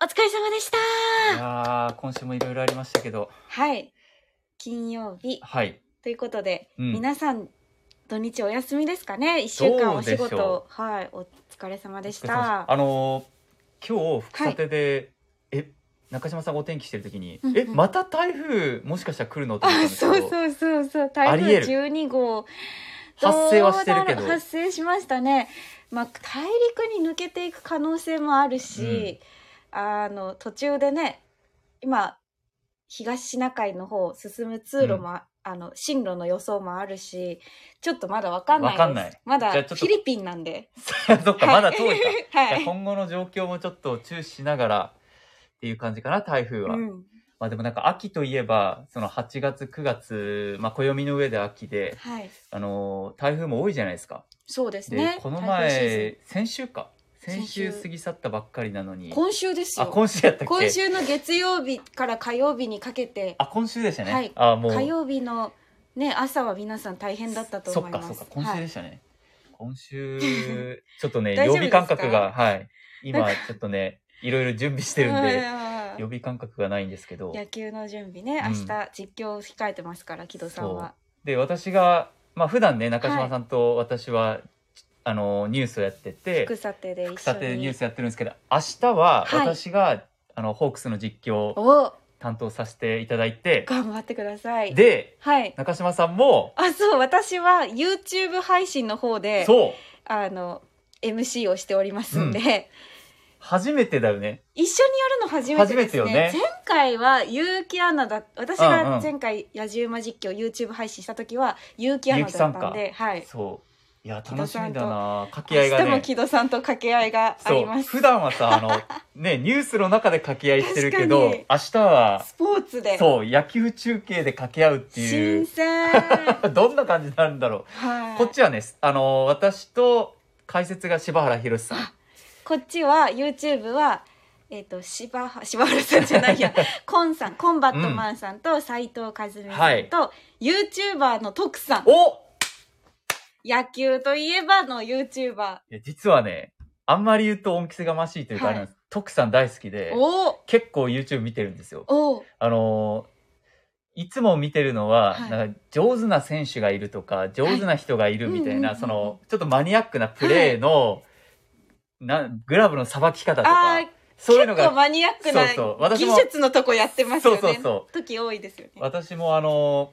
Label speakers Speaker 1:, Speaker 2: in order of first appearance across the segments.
Speaker 1: お疲れ様でした
Speaker 2: いやー今週もいろいろありましたけど
Speaker 1: はい。金曜日
Speaker 2: はい
Speaker 1: ということで、
Speaker 2: うん
Speaker 1: 皆さん土日お休みですかね。一週間
Speaker 2: ど
Speaker 1: お
Speaker 2: う
Speaker 1: 仕
Speaker 2: でしょう
Speaker 1: 事はいお疲れ様でし
Speaker 2: お疲れ様で
Speaker 1: た。
Speaker 2: あのー今日福さてで、え中島さんがお天気してる時に、
Speaker 1: うんうん
Speaker 2: えまた台風もしかしたら来るのと思ったん
Speaker 1: あ、
Speaker 2: ですけ
Speaker 1: そ
Speaker 2: ど
Speaker 1: うそうそうそう。
Speaker 2: あ
Speaker 1: 台
Speaker 2: り
Speaker 1: 風
Speaker 2: える
Speaker 1: 十二号
Speaker 2: 発生はしてるけ
Speaker 1: うだろ
Speaker 2: ど
Speaker 1: う 発生しましたね。まあ大陸に抜けていく可能性もあるし、あの途中でね、今東シナ海の方を進む通路も、あの進路の予想もあるし、ちょっとまだわかんないです。
Speaker 2: わかんない
Speaker 1: まだ
Speaker 2: じ
Speaker 1: フ
Speaker 2: ゃあちょっと
Speaker 1: ィリピンなんで。
Speaker 2: そっか、まだ遠 いか。
Speaker 1: は
Speaker 2: じゃあ
Speaker 1: い。
Speaker 2: 今後の状況もちょっと注視しながらっていう感じかな、台風は。
Speaker 1: うん、
Speaker 2: まあでもなんか秋といえば、その8月、9月、まあ暦の上で秋で、
Speaker 1: はい。
Speaker 2: あのー台風も多いじゃないですか。
Speaker 1: そうです
Speaker 2: で、
Speaker 1: ね。
Speaker 2: この
Speaker 1: 台風シーズン
Speaker 2: 前、先週か。先週
Speaker 1: 先週
Speaker 2: 過ぎ去ったばっかりなのに。
Speaker 1: 今週です
Speaker 2: あ、
Speaker 1: よ。
Speaker 2: 今週やったっけ
Speaker 1: 今週の月曜日から火曜日にかけて。
Speaker 2: あ、今週でしたね。
Speaker 1: はい
Speaker 2: あ、もう。
Speaker 1: 火曜日のね朝は皆さん大変だったと思います。
Speaker 2: そっかそっか、今週
Speaker 1: は
Speaker 2: で
Speaker 1: い
Speaker 2: したね。今週、ちょっとね、
Speaker 1: 大丈
Speaker 2: 曜
Speaker 1: 夫です
Speaker 2: 日
Speaker 1: か
Speaker 2: 感覚 が、はい。今、
Speaker 1: な
Speaker 2: ちょっとね、いろいろ準備してるん
Speaker 1: う
Speaker 2: で、予
Speaker 1: ん
Speaker 2: 備感覚がないんですけど
Speaker 1: 野球の準備ね
Speaker 2: うん
Speaker 1: 明日実況を控えてますから木戸さんは。
Speaker 2: で私がまあ普段ね中島さんと私は、あのニュースをやってて
Speaker 1: 副査定で一緒に。
Speaker 2: 副査定でニュースやってるんですけど明日は
Speaker 1: はい
Speaker 2: 私が、あのホークスの実況を
Speaker 1: を
Speaker 2: 担当させていただいて
Speaker 1: 頑張ってください。
Speaker 2: で
Speaker 1: はい。
Speaker 2: 中島さんも
Speaker 1: あそう私は YouTube 配信の方で
Speaker 2: そう
Speaker 1: あの MC をしておりますんで、
Speaker 2: 初めてだよね
Speaker 1: 一緒にやるの初めてですね
Speaker 2: 初めてよ
Speaker 1: 前回は結城アナだ私
Speaker 2: うんう
Speaker 1: が
Speaker 2: ん
Speaker 1: 前回野獣馬実況 YouTube 配信した時は結城アナだったんではい
Speaker 2: そういや
Speaker 1: 木戸
Speaker 2: 楽し
Speaker 1: さん
Speaker 2: み
Speaker 1: と
Speaker 2: だな掛け合い
Speaker 1: 明
Speaker 2: が
Speaker 1: 日も
Speaker 2: ね
Speaker 1: 木戸さんと掛け合いがあ
Speaker 2: そ
Speaker 1: り
Speaker 2: う
Speaker 1: ます。
Speaker 2: 普段はさあの ねニュースの中で掛け合いしてるけど
Speaker 1: 確
Speaker 2: 明日は
Speaker 1: スポーツで。
Speaker 2: そう野球中継で掛け合うってい
Speaker 1: 新
Speaker 2: う
Speaker 1: 鮮。
Speaker 2: どんな感じになるんだろう
Speaker 1: はい。
Speaker 2: こっちはね、あの私と解説が柴原博さん。
Speaker 1: こっちは YouTube は。えっ、と柴原柴原さんじゃないやコンさんコンバットマンさんと斉藤和美
Speaker 2: は
Speaker 1: さん
Speaker 2: い
Speaker 1: と、YouTuber の徳さん
Speaker 2: お
Speaker 1: 野球といえばの YouTuber
Speaker 2: いや実はね、あんまり言うと恩着せがましいというか、
Speaker 1: はい
Speaker 2: あの徳さん大好きで、
Speaker 1: おー
Speaker 2: 結構 YouTube 見てるんですよ。
Speaker 1: おー
Speaker 2: あのいつも見てるのは、
Speaker 1: はい
Speaker 2: なんか上手な選手がいるとか、上手な人がいるみた
Speaker 1: う
Speaker 2: いな、
Speaker 1: んうんうんうん
Speaker 2: その、ちょっとマニアックなプレーの、なグラブのさばき方とか
Speaker 1: あー、
Speaker 2: そういうの
Speaker 1: 結構
Speaker 2: が、
Speaker 1: マニアックな
Speaker 2: そうそう私も
Speaker 1: 技術のとこやってますよね
Speaker 2: そうそうそう
Speaker 1: 時多いですよね
Speaker 2: 私もあの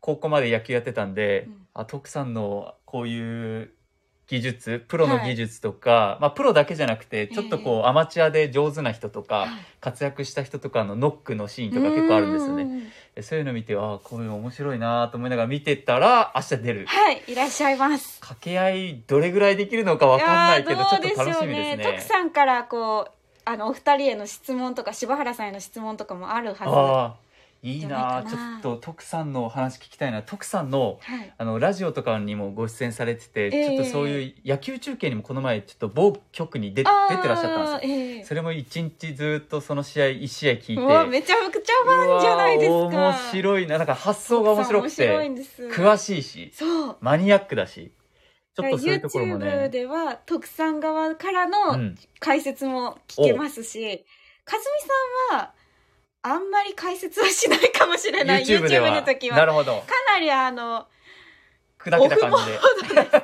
Speaker 2: 高校まで野球やってたんで、
Speaker 1: うん
Speaker 2: あ徳さんのこういう技術プロの技術とか、まあ、プロだけじゃなくてちょっとこう、アマチュアで上手な人とか、
Speaker 1: はい
Speaker 2: 活躍した人とかのノックのシーンとか結構あるんですよ
Speaker 1: う
Speaker 2: ね
Speaker 1: んうんうん
Speaker 2: でそういうの見てああこういうの面白いなと思いながら見てたら明日出る
Speaker 1: はいいらっしゃいます
Speaker 2: 掛け合いどれぐらいできるのかわかんないけど
Speaker 1: や
Speaker 2: ちょ
Speaker 1: ー
Speaker 2: っと楽しみですね
Speaker 1: どうでしょう徳さんからこうあのお二人への質問とか柴原さんへの質問とかもあるは
Speaker 2: ああいい
Speaker 1: じゃな
Speaker 2: ない
Speaker 1: か
Speaker 2: ちょ
Speaker 1: な
Speaker 2: っと徳さんのお話聞きたいな徳さんの
Speaker 1: ず。はい。
Speaker 2: あのラジオとかにもご出演されてて、
Speaker 1: ええ
Speaker 2: ちょっとそういう野球中継にもこの前ちょっと某局に出出
Speaker 1: あー
Speaker 2: てらっしゃったんですよ、
Speaker 1: ええ
Speaker 2: それも一日ずっとその試合一試合聞いうて
Speaker 1: わめちゃくちゃファンじゃないですか。
Speaker 2: うわ面
Speaker 1: い。
Speaker 2: 白いななんか発想が面白く
Speaker 1: 面白い
Speaker 2: て
Speaker 1: んです。
Speaker 2: 詳しいし
Speaker 1: そう。
Speaker 2: マニアックだしちょ
Speaker 1: だ
Speaker 2: っと
Speaker 1: か
Speaker 2: そう
Speaker 1: ら
Speaker 2: いうところも
Speaker 1: YouTube
Speaker 2: ね、
Speaker 1: では徳さん側から
Speaker 2: う
Speaker 1: の
Speaker 2: ん、
Speaker 1: 解説も聞けますし、かずみさんはあんまり解説はしないかもしれない。YouTube,
Speaker 2: では
Speaker 1: の時
Speaker 2: な
Speaker 1: は
Speaker 2: るほど
Speaker 1: かなりあの
Speaker 2: 砕けた感じで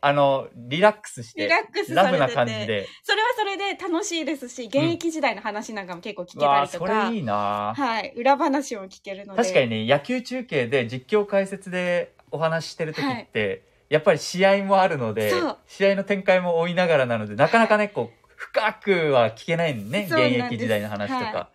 Speaker 2: あのリラックスして
Speaker 1: リラックスさ
Speaker 2: ラ
Speaker 1: れ
Speaker 2: ブ
Speaker 1: て
Speaker 2: な
Speaker 1: て
Speaker 2: 感じで
Speaker 1: それはそれで楽しいですし、現役時代の話なんかも結構聞け
Speaker 2: う
Speaker 1: た
Speaker 2: わ
Speaker 1: りと
Speaker 2: そ
Speaker 1: か、
Speaker 2: れいいな
Speaker 1: はい、裏話も聞けるので。
Speaker 2: 確かにね野球中継で実況解説でお話ししてる時って、やっぱり試合もあるので
Speaker 1: そう
Speaker 2: 試合の展開も追いながらなのでなかなかねこう深くは聞けないのね
Speaker 1: そうなんで
Speaker 2: 現
Speaker 1: す
Speaker 2: 役時代の話とか、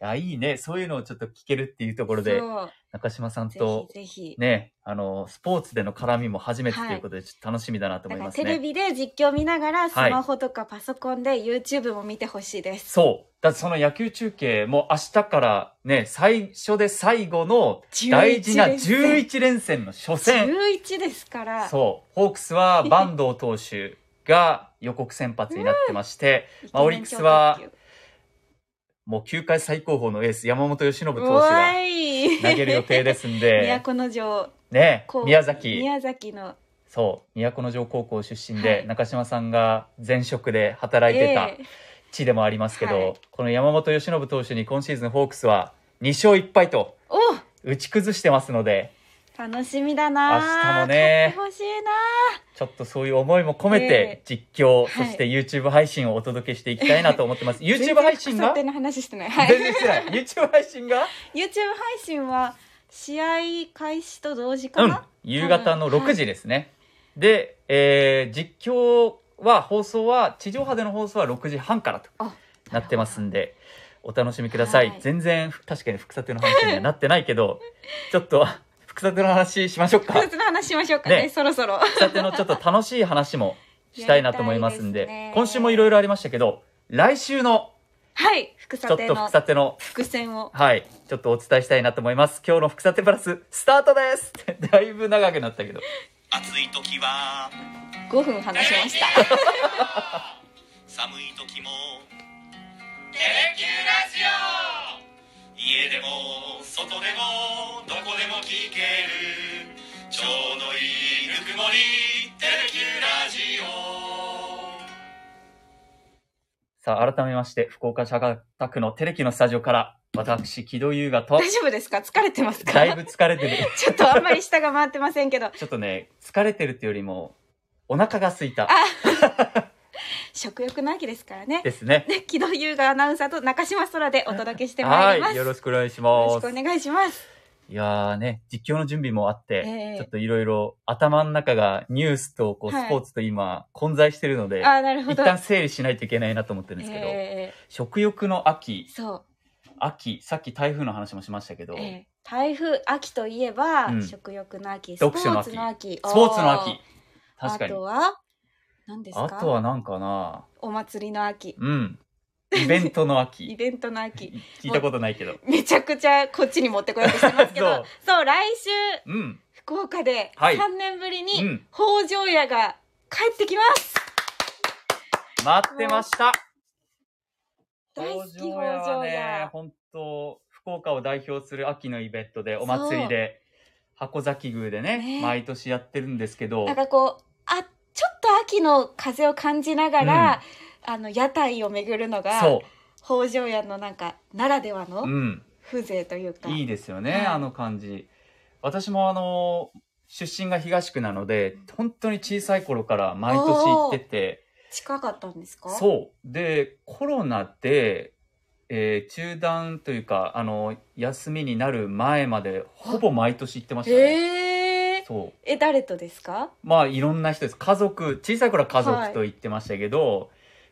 Speaker 2: い、やいいねそういうのをちょっと聞けるっていうところで
Speaker 1: そう
Speaker 2: 中島さん
Speaker 1: ぜ
Speaker 2: と
Speaker 1: ひぜひ。
Speaker 2: ねあのスポーツでの絡みも初めてということで、ちょっと楽しみだなと
Speaker 1: だか
Speaker 2: 思い
Speaker 1: ら
Speaker 2: ます
Speaker 1: テレ
Speaker 2: ね。
Speaker 1: ビで実況見ながら、ス
Speaker 2: はい
Speaker 1: マホとかパソコンで YouTube も見てほしいです。
Speaker 2: そうだってその野球中継も明日からね最初で最後の大事な11連戦の初戦
Speaker 1: 11ですから、
Speaker 2: そう。ホークスは坂東投手が予告先発になって まして、
Speaker 1: イケメン
Speaker 2: まあオリックスは
Speaker 1: 超特
Speaker 2: もう球界最高峰のエース、山本由伸投
Speaker 1: 急
Speaker 2: 手
Speaker 1: お
Speaker 2: が
Speaker 1: ーい
Speaker 2: 投げる予定ですん で、
Speaker 1: 都の城
Speaker 2: ね
Speaker 1: こ、う
Speaker 2: 宮崎、
Speaker 1: 宮崎の
Speaker 2: そう、都城高校出身で、
Speaker 1: はい
Speaker 2: 中島さんが前職で働いてた
Speaker 1: ええ
Speaker 2: 地でもありますけど、
Speaker 1: はい
Speaker 2: この山本由伸投手に今シーズンホークスは2勝1敗と
Speaker 1: お
Speaker 2: 打ち崩してますので
Speaker 1: 楽しみだな
Speaker 2: 明日もね
Speaker 1: 勝ってほしいな
Speaker 2: ちょっとそういう思いも込めて実況、
Speaker 1: はい
Speaker 2: そして YouTube 配信をお届けしていきたいなと思ってます。YouTube 配信が
Speaker 1: 全然草手の話してない、はい、
Speaker 2: 全然してない。YouTube 配信が
Speaker 1: YouTube 配信は試合開始と同時か
Speaker 2: うん
Speaker 1: な、。
Speaker 2: 夕方の
Speaker 1: 多分
Speaker 2: 6時ですね。で、えー実況は、放送は、地上波での放送は6時半からと
Speaker 1: あ
Speaker 2: なってますんで、お楽しみください。
Speaker 1: はい
Speaker 2: 全然、確かに副査定の話にはなってないけど、 ちょっと、副査定の話しましょう か。
Speaker 1: 普通の話しましょうかね
Speaker 2: ね
Speaker 1: そろそろ
Speaker 2: 喫茶店のちょっと楽しい話もしたいなと思いますんで
Speaker 1: やりたいですね
Speaker 2: 今週もいろいろありましたけど来週の
Speaker 1: はい副
Speaker 2: ちょ
Speaker 1: 査
Speaker 2: っ
Speaker 1: 定
Speaker 2: と
Speaker 1: の
Speaker 2: 福さての
Speaker 1: 伏線を
Speaker 2: はいちょっとお伝えしたいなと思います今日の福さてプラススタートです だいぶ長くなったけど
Speaker 3: 暑い時は
Speaker 1: 5分話しました
Speaker 3: 寒い時もテレキューラジオ家でも外でもどこでも聞けるちょうどいいぬくもりテレキューラジオ
Speaker 2: さあ改めまして福岡市博多区のテレキのスタジオから私木戸優雅と
Speaker 1: 大丈夫ですか疲れてます
Speaker 2: だい
Speaker 1: か
Speaker 2: ぶ疲れてる
Speaker 1: ちょっとあんまり下が回ってませんけど
Speaker 2: ちょっとね疲れてるっていうよりもお腹が空いた
Speaker 1: 食欲の秋ですからね
Speaker 2: ですね
Speaker 1: で木戸優雅アナウンサーと中島空でお届けしてまいりま
Speaker 2: は
Speaker 1: す
Speaker 2: いよ
Speaker 1: よ
Speaker 2: ろ
Speaker 1: ろし
Speaker 2: しくお願いし
Speaker 1: くお願いします
Speaker 2: いやーね、実況の準備もあって、
Speaker 1: ええ
Speaker 2: ちょっといろいろ頭の中がニュースとこう
Speaker 1: はい
Speaker 2: スポーツと今混在してるので、
Speaker 1: ああなるほ
Speaker 2: 一
Speaker 1: ど
Speaker 2: 旦整理しないといけないなと思ってるんですけど、
Speaker 1: え
Speaker 2: 食欲の秋
Speaker 1: ー、そう
Speaker 2: 秋、さっき台風の話もしましたけど、
Speaker 1: ええ台風秋といえば、
Speaker 2: うん
Speaker 1: 食欲の秋スポ
Speaker 2: 読書の
Speaker 1: ー
Speaker 2: 秋
Speaker 1: ツの秋
Speaker 2: スポーツの
Speaker 1: お
Speaker 2: 秋
Speaker 1: ー。
Speaker 2: 確かに
Speaker 1: あと。は何ですか
Speaker 2: あとはなんかな、
Speaker 1: お祭りの秋
Speaker 2: うん。イベントの
Speaker 1: イ
Speaker 2: 秋。
Speaker 1: ベントの秋
Speaker 2: 聞いたことないけど。
Speaker 1: めちゃくちゃこっちに持ってこようとしてますけど
Speaker 2: そ
Speaker 1: そう
Speaker 2: う
Speaker 1: 来週
Speaker 2: うん。
Speaker 1: 福岡で
Speaker 2: はい
Speaker 1: 3年ぶり
Speaker 2: う
Speaker 1: に
Speaker 2: ん
Speaker 1: 北条屋が帰ってきます、
Speaker 2: 待ってました
Speaker 1: 大好き北条
Speaker 2: はね
Speaker 1: 屋、
Speaker 2: 本当、福岡を代表する秋のイベントで、お祭りで、箱崎宮でね、
Speaker 1: ね
Speaker 2: 毎年やってるんですけど、
Speaker 1: なんかこうあちょっと秋の風を感じながら、あの屋台を巡るのが
Speaker 2: そ
Speaker 1: 北条屋のなんかならでは
Speaker 2: う、う
Speaker 1: の
Speaker 2: ん、
Speaker 1: 風情というか、
Speaker 2: いいですよね、
Speaker 1: はい
Speaker 2: あの感じ。私もあの、出身が東区なので、本当に小さい頃から毎年行ってて、
Speaker 1: 近かったんですか
Speaker 2: そう。で、コロナで、えー中断というか、あの、休みになる前まで、ほぼ毎年行ってましたね。
Speaker 1: へえ
Speaker 2: そう。
Speaker 1: え誰とですか
Speaker 2: まあいろんな人です家族小さい頃は家族と言ってましたけど、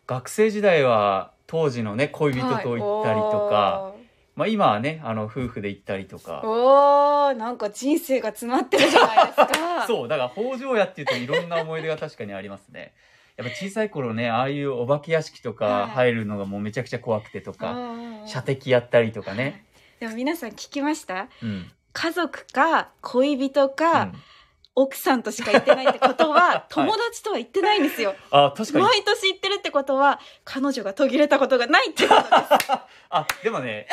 Speaker 2: 学生時代は当時のね恋人と行ったりとか、まあ今はねあの夫婦で行ったりと
Speaker 1: おー
Speaker 2: か
Speaker 1: おーなんか人生が詰まってるじゃないですか
Speaker 2: そうだから北条屋っていうといろんな思い出が確かにありますねやっぱ小さい頃ねああいうお化け屋敷と
Speaker 1: は
Speaker 2: か
Speaker 1: い
Speaker 2: 入るのがもうめちゃくちゃ怖くてと
Speaker 1: うん
Speaker 2: か、
Speaker 1: うんうん
Speaker 2: 射的やったりとかね、
Speaker 1: でも皆さん聞きました
Speaker 2: うん
Speaker 1: 家族か恋人
Speaker 2: あ
Speaker 1: か、奥さんとしか言ってないってこと は、友達とは言ってないんですよ
Speaker 2: あ確かに
Speaker 1: 毎年言ってるってことは彼女が途切れたことがないってことです、
Speaker 2: あでもね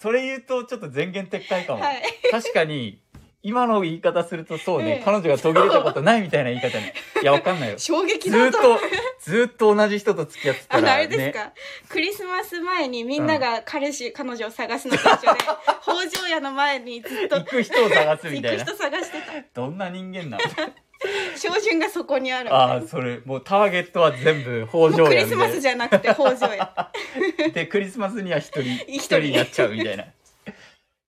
Speaker 2: それ言うとちょっと前言撤回かも、
Speaker 1: はい、
Speaker 2: 確かに、今の言い方するとそうね
Speaker 1: え、え
Speaker 2: 彼女が途切れたことないみたいな言い方に。いや、わかんない よ。ず
Speaker 1: 衝撃
Speaker 2: ー
Speaker 1: だ
Speaker 2: っ
Speaker 1: と
Speaker 2: と、ずーっと同じ人と付き合ってた
Speaker 1: あの、
Speaker 2: ら、
Speaker 1: あれですか、クリスマス前にみんなが彼氏、彼女を探すのと一緒 で、北条屋の前にずっと
Speaker 2: 行く人を探す
Speaker 1: 行
Speaker 2: みた
Speaker 1: く
Speaker 2: いな。
Speaker 1: 人探してた。
Speaker 2: どんな人間なの
Speaker 1: 照準がそこにある。
Speaker 2: ああ、それ、もうターゲットは全部北
Speaker 1: もう
Speaker 2: 条
Speaker 1: クリ
Speaker 2: や
Speaker 1: ス
Speaker 2: み
Speaker 1: マ
Speaker 2: た
Speaker 1: ス
Speaker 2: い
Speaker 1: じゃなくて北条屋。
Speaker 2: な。で、クリスマスには一 人、
Speaker 1: 人
Speaker 2: 一人になっちゃうみたいな。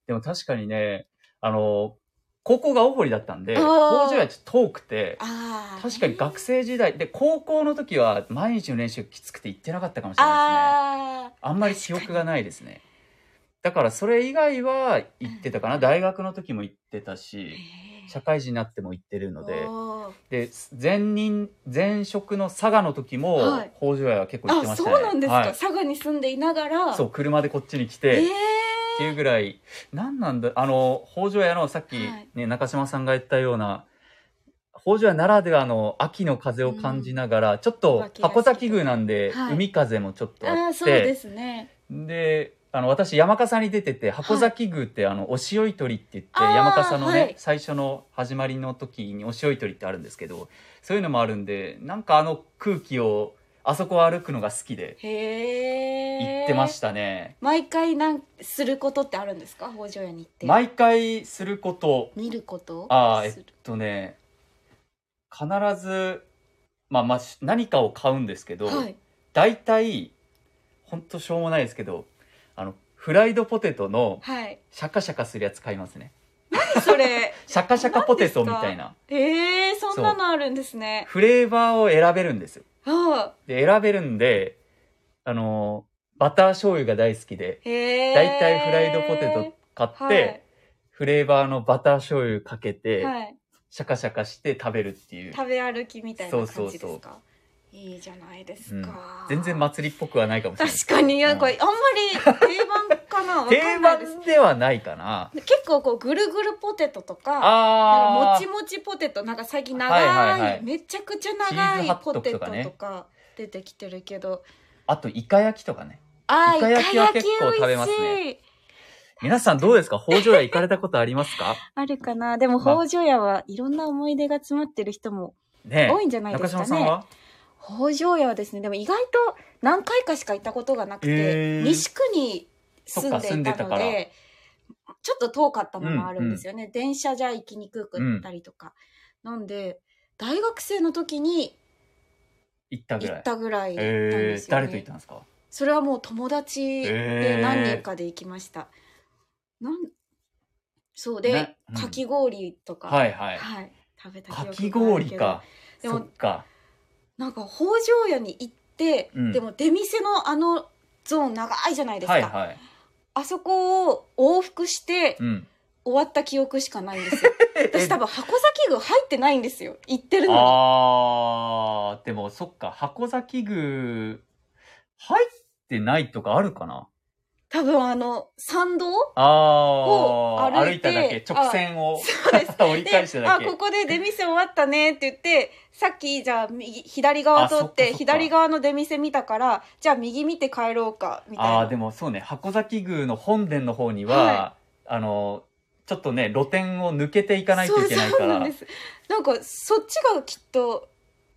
Speaker 2: でも確かにね、あの、高校が大堀だったんで、
Speaker 1: あ
Speaker 2: 北
Speaker 1: ー
Speaker 2: 条やちょっと遠くて、
Speaker 1: ああ。
Speaker 2: 確か
Speaker 1: に。
Speaker 2: に学生時代、で、高校の時は毎日の練習きつくて行ってなかったかもしれないですね。
Speaker 1: あ
Speaker 2: あんまり記憶がないですね。だからそれ以外は行ってたかな。大学の時も行ってた
Speaker 1: あ。
Speaker 2: し、
Speaker 1: へ
Speaker 2: 社会人になっても行ってるの
Speaker 1: え
Speaker 2: で、
Speaker 1: おー
Speaker 2: で、前任、前職の佐賀の時も
Speaker 1: はい、
Speaker 2: 北条屋は結構行って
Speaker 1: あ、
Speaker 2: まし
Speaker 1: そ
Speaker 2: た
Speaker 1: う
Speaker 2: ね。
Speaker 1: なんですか、
Speaker 2: はい
Speaker 1: 佐賀に住んでいながら。
Speaker 2: そう、車でこっちに来
Speaker 1: え
Speaker 2: て、
Speaker 1: え
Speaker 2: っていうぐらい、なんなんだ、あの、北条屋のさっき
Speaker 1: はい
Speaker 2: ね、中島さんが言ったような、北条屋ならではの秋の風を感じながら、ちょっと箱崎宮なんで、
Speaker 1: はい
Speaker 2: 海風もちょっとあって、
Speaker 1: ああ、そうですね。
Speaker 2: であの私山笠に出てて箱崎宮って、あのおしおい鳥って言って
Speaker 1: あー
Speaker 2: 山笠のね、
Speaker 1: はい
Speaker 2: 最初の始まりの時におしおい鳥ってあるんですけどそういうのもあるんでなんかあの空気をあそこを歩くのが好きで
Speaker 1: へえ
Speaker 2: 行ってましたね、
Speaker 1: 毎回なんすることってあるんですか北条屋に行って
Speaker 2: 毎回すること
Speaker 1: 見ること
Speaker 2: ああえっ
Speaker 1: する
Speaker 2: とね必ず、まあ、まあし何かを買うんですけど、
Speaker 1: はい
Speaker 2: 大体ほんとしょうもないですけどあのフライドポテトの
Speaker 1: はい
Speaker 2: シャカシャカするやつ買いますね
Speaker 1: それ
Speaker 2: シャカシャカポテトみたいな
Speaker 1: えー、そんなのあるんですね
Speaker 2: フレーバーを選べるんですよ
Speaker 1: ああ
Speaker 2: で選べるんであのバター醤油が大好きで
Speaker 1: へえ
Speaker 2: 大体フライドポテト買って、
Speaker 1: はい
Speaker 2: フレーバーのバター醤油かけて、
Speaker 1: はい、
Speaker 2: シャカシャカして食べるっていう
Speaker 1: 食べ歩きみたいな感じですか
Speaker 2: そうそう
Speaker 1: いいじゃないですか、
Speaker 2: 全然祭りっぽくはないかもしれない
Speaker 1: 確かになんか、
Speaker 2: う
Speaker 1: あんまり定番か なわか
Speaker 2: 定
Speaker 1: んないです
Speaker 2: 番ではないかな
Speaker 1: 結構こうぐるぐるポテトとかなんか
Speaker 2: あ
Speaker 1: も
Speaker 2: ー
Speaker 1: ちもちポテトなんか最近長い,、
Speaker 2: はいはいはい
Speaker 1: めちゃくちゃ
Speaker 2: チー
Speaker 1: 長
Speaker 2: ズハ
Speaker 1: い
Speaker 2: ッ
Speaker 1: ポ
Speaker 2: トグ
Speaker 1: テ
Speaker 2: と
Speaker 1: ト
Speaker 2: かね
Speaker 1: とか出てきてるけど
Speaker 2: あとイカ焼きとかね
Speaker 1: あー
Speaker 2: イカ焼きは
Speaker 1: イカ
Speaker 2: 結構食べますね
Speaker 1: 美味しい
Speaker 2: 皆さんどうですか北条屋行かれたことありますか
Speaker 1: あるかなでも
Speaker 2: ま
Speaker 1: 北
Speaker 2: あ
Speaker 1: 条屋はいろんな思い出が詰まってる人も
Speaker 2: ねえ
Speaker 1: 多いんじゃないで
Speaker 2: 中
Speaker 1: すかね
Speaker 2: 島さんは
Speaker 1: 北条屋はですねでも意外と何回かしか行ったことがなくて、
Speaker 2: へー
Speaker 1: 西区に住んでい
Speaker 2: そっか住んで
Speaker 1: た
Speaker 2: た
Speaker 1: の
Speaker 2: から
Speaker 1: でちょっと遠かったのもあるんですよね、電車じゃ行きにくくったりとか、なんで大学生の時に
Speaker 2: 行ったぐ
Speaker 1: 行
Speaker 2: らい
Speaker 1: ったぐらいだったんで
Speaker 2: えー
Speaker 1: すよ、ね
Speaker 2: 誰と行ったんですか
Speaker 1: それはもう友達で何人かで行きました、なんそうで、
Speaker 2: ねうん
Speaker 1: かき氷とか
Speaker 2: はいはい
Speaker 1: はい食べた記憶があ
Speaker 2: か
Speaker 1: るけ
Speaker 2: き
Speaker 1: ど
Speaker 2: 氷か
Speaker 1: で
Speaker 2: そ
Speaker 1: も
Speaker 2: っか
Speaker 1: なんか北条屋に行って、
Speaker 2: うん
Speaker 1: でも出店のあのゾーン長いじゃないですか、
Speaker 2: はいはい
Speaker 1: あそこを往復して
Speaker 2: うん
Speaker 1: 終わった記憶しかないん ですよ私多分箱崎宮入ってないんですよ行ってるの
Speaker 2: あーでもそっか箱崎宮入ってないとかあるかな
Speaker 1: に多分あの参道
Speaker 2: ああ
Speaker 1: を歩
Speaker 2: 歩
Speaker 1: い
Speaker 2: い
Speaker 1: て
Speaker 2: ただけ直線を
Speaker 1: そうです
Speaker 2: 折り返した
Speaker 1: で
Speaker 2: だ
Speaker 1: あ
Speaker 2: け
Speaker 1: ここで出店終わったねって言ってさっきじゃあ右左側
Speaker 2: あ
Speaker 1: 通
Speaker 2: そっか
Speaker 1: っ
Speaker 2: そ
Speaker 1: て
Speaker 2: っか
Speaker 1: 左側の出店見たからじゃあ右見て帰ろうかみたいな
Speaker 2: ああーでもそうね箱崎宮の本殿の方には、
Speaker 1: は
Speaker 2: あのちょっとね露店を抜けていかないといけない
Speaker 1: そう
Speaker 2: か
Speaker 1: そうなん
Speaker 2: ら
Speaker 1: ですなんかそっちがきっと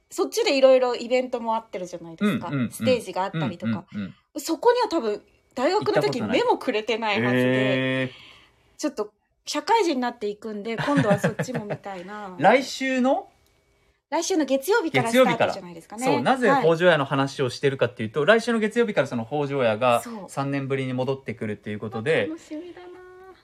Speaker 1: そっちでいろいろイベントもあってるじゃないですか、
Speaker 2: うんうんうん
Speaker 1: ステージがあったりとか、
Speaker 2: うんうんうん
Speaker 1: そこには多分大学の時
Speaker 2: 行ったことない
Speaker 1: 目もくれてないはずで、
Speaker 2: え
Speaker 1: ちょっと社会人になっていくんで今度はそっちも見たい な
Speaker 2: ー来週の、
Speaker 1: 来週の月曜日からスタ
Speaker 2: 月曜日
Speaker 1: ー
Speaker 2: か
Speaker 1: ト
Speaker 2: ら
Speaker 1: じゃないですかね
Speaker 2: そうなぜ
Speaker 1: はい
Speaker 2: 北条屋の話をしてるかっていうと、来週の月曜日からその北条屋が
Speaker 1: そう
Speaker 2: 3年ぶりに戻ってくるっていうことで
Speaker 1: 楽しみだな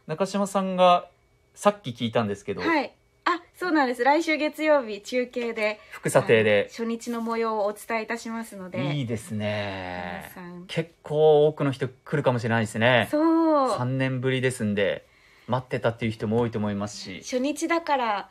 Speaker 2: 中島さんがさっき聞いたんですけど、
Speaker 1: はいあそうなんです来週月曜日中継で
Speaker 2: 副査定
Speaker 1: あの
Speaker 2: で、
Speaker 1: 初日の模様をお伝えいたしますので
Speaker 2: いいです
Speaker 1: 皆
Speaker 2: ね
Speaker 1: さん
Speaker 2: 結構多くの人来るかもしれないですね
Speaker 1: そう
Speaker 2: 3年ぶりですんで待ってたっていう人も多いと思いますし
Speaker 1: 初日だから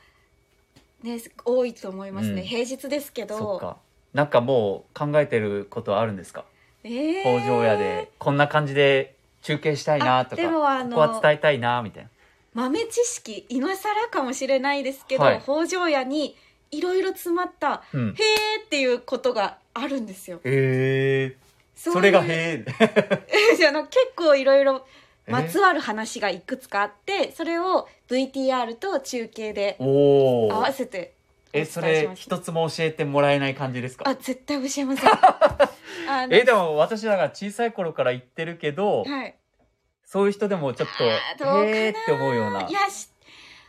Speaker 1: ね多いと思いますね、
Speaker 2: うん
Speaker 1: 平日ですけど
Speaker 2: そっかなんかもう考えてることはあるんですか
Speaker 1: ええ
Speaker 2: 工場屋でこんな感じで中継したいなとか
Speaker 1: あでもあの
Speaker 2: ここは伝えたいなみたいな
Speaker 1: 豆知識今更かもしれないですけど、
Speaker 2: はい
Speaker 1: 北条屋にいろいろ詰まった
Speaker 2: う
Speaker 1: 「
Speaker 2: ん
Speaker 1: へえ」っていうことがあるんですよ。
Speaker 2: え
Speaker 1: ういう
Speaker 2: それがへ え
Speaker 1: あの結構いろいろ
Speaker 2: え
Speaker 1: まつわる話がいくつかあってそれを VTR と中継で
Speaker 2: お
Speaker 1: 合わ
Speaker 2: お
Speaker 1: せてお
Speaker 2: え
Speaker 1: 伝
Speaker 2: そ
Speaker 1: えし
Speaker 2: れ
Speaker 1: ました
Speaker 2: 一つも教えてもらえない感じですか
Speaker 1: あ絶対教えま せんあの
Speaker 2: えでも私だから小さい頃から言ってるけど
Speaker 1: はい
Speaker 2: そういう人でもちょっ
Speaker 1: あーどうか
Speaker 2: と
Speaker 1: な
Speaker 2: へえって思うようない
Speaker 1: やし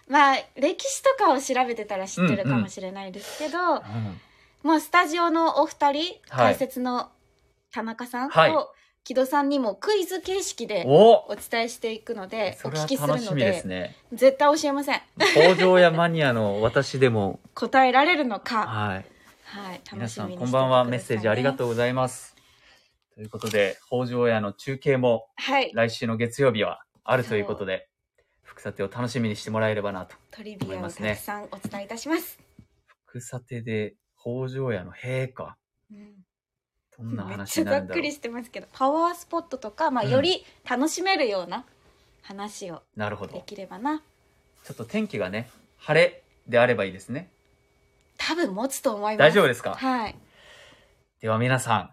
Speaker 1: まあ歴史とかを調べてたら知ってるかもしれないですけど、
Speaker 2: うん
Speaker 1: もうスタジオのお二人、
Speaker 2: は
Speaker 1: 解
Speaker 2: い
Speaker 1: 説の田中さんと、
Speaker 2: はい
Speaker 1: 木戸さんにもクイズ形式で
Speaker 2: お
Speaker 1: お伝えしていくのでお
Speaker 2: それ
Speaker 1: 聞
Speaker 2: は
Speaker 1: きする
Speaker 2: 楽
Speaker 1: ので
Speaker 2: しみですね
Speaker 1: 絶対教えません
Speaker 2: 工場屋マニアの私で も
Speaker 1: 答えられるのか、
Speaker 2: はい
Speaker 1: はい、
Speaker 2: 皆
Speaker 1: 楽し
Speaker 2: さ
Speaker 1: みに
Speaker 2: ん
Speaker 1: して
Speaker 2: こんばんは
Speaker 1: てく
Speaker 2: メッ
Speaker 1: ださ
Speaker 2: セ
Speaker 1: いね
Speaker 2: ージありがとうございますということで北条屋の中継も
Speaker 1: はい
Speaker 2: 来週の月曜日はあるということで副査定を楽しみにしてもらえればなと
Speaker 1: トリビ
Speaker 2: 思い
Speaker 1: アを
Speaker 2: ま
Speaker 1: た
Speaker 2: すね
Speaker 1: くさんお伝えいたします
Speaker 2: 副査定で北条屋の兵かど
Speaker 1: うん
Speaker 2: んな
Speaker 1: めっ
Speaker 2: 話
Speaker 1: ちゃ
Speaker 2: にな
Speaker 1: ざ
Speaker 2: るん
Speaker 1: っ
Speaker 2: だ
Speaker 1: く
Speaker 2: ろ
Speaker 1: りしてますけどパワースポットとか、まあ、
Speaker 2: うん
Speaker 1: より楽しめるような話を
Speaker 2: うなるほ
Speaker 1: で
Speaker 2: ど
Speaker 1: きればな
Speaker 2: ちょっと天気がね晴れであればいいですね
Speaker 1: 多分持つと思います
Speaker 2: 大丈夫ですか
Speaker 1: はい
Speaker 2: では皆さん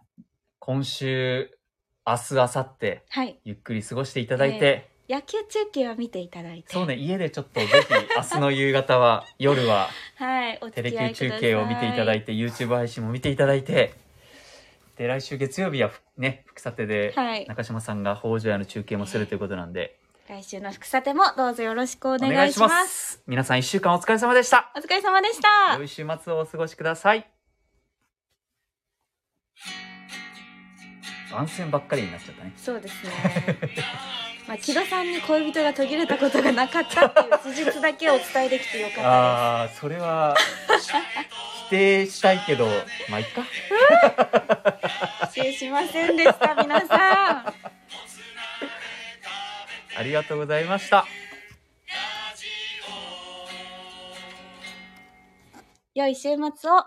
Speaker 2: 今週明日明後日
Speaker 1: はい
Speaker 2: ゆっくり過ごしていただい
Speaker 1: え
Speaker 2: て、
Speaker 1: 野球中継は見ていただいて
Speaker 2: そうね家でちょっとぜひ明日の夕方は夜は
Speaker 1: はい、お付
Speaker 2: テレ
Speaker 1: き合い
Speaker 2: キ
Speaker 1: ください
Speaker 2: 中継を見ていただいて YouTube 配信も見ていただいてで来週月曜日はふね福さてで
Speaker 1: はい
Speaker 2: 中島さんが北条屋の中継もするということなんで、
Speaker 1: 来週の福さてもどうぞよろしくお願いします
Speaker 2: お願いす皆さん一週間お疲れ様でした
Speaker 1: お疲れ様でした
Speaker 2: 良い週末をお過ごしください番宣ばっかりになっちゃったね
Speaker 1: そうですね まあ木戸さんに恋人が途切れたことがなかったっていう事実だけをお伝えできてよかった
Speaker 2: ああそれは否定したいけどまあいっか
Speaker 1: です失礼しませんでした皆さん
Speaker 2: ありがとうございました
Speaker 1: 良い週末を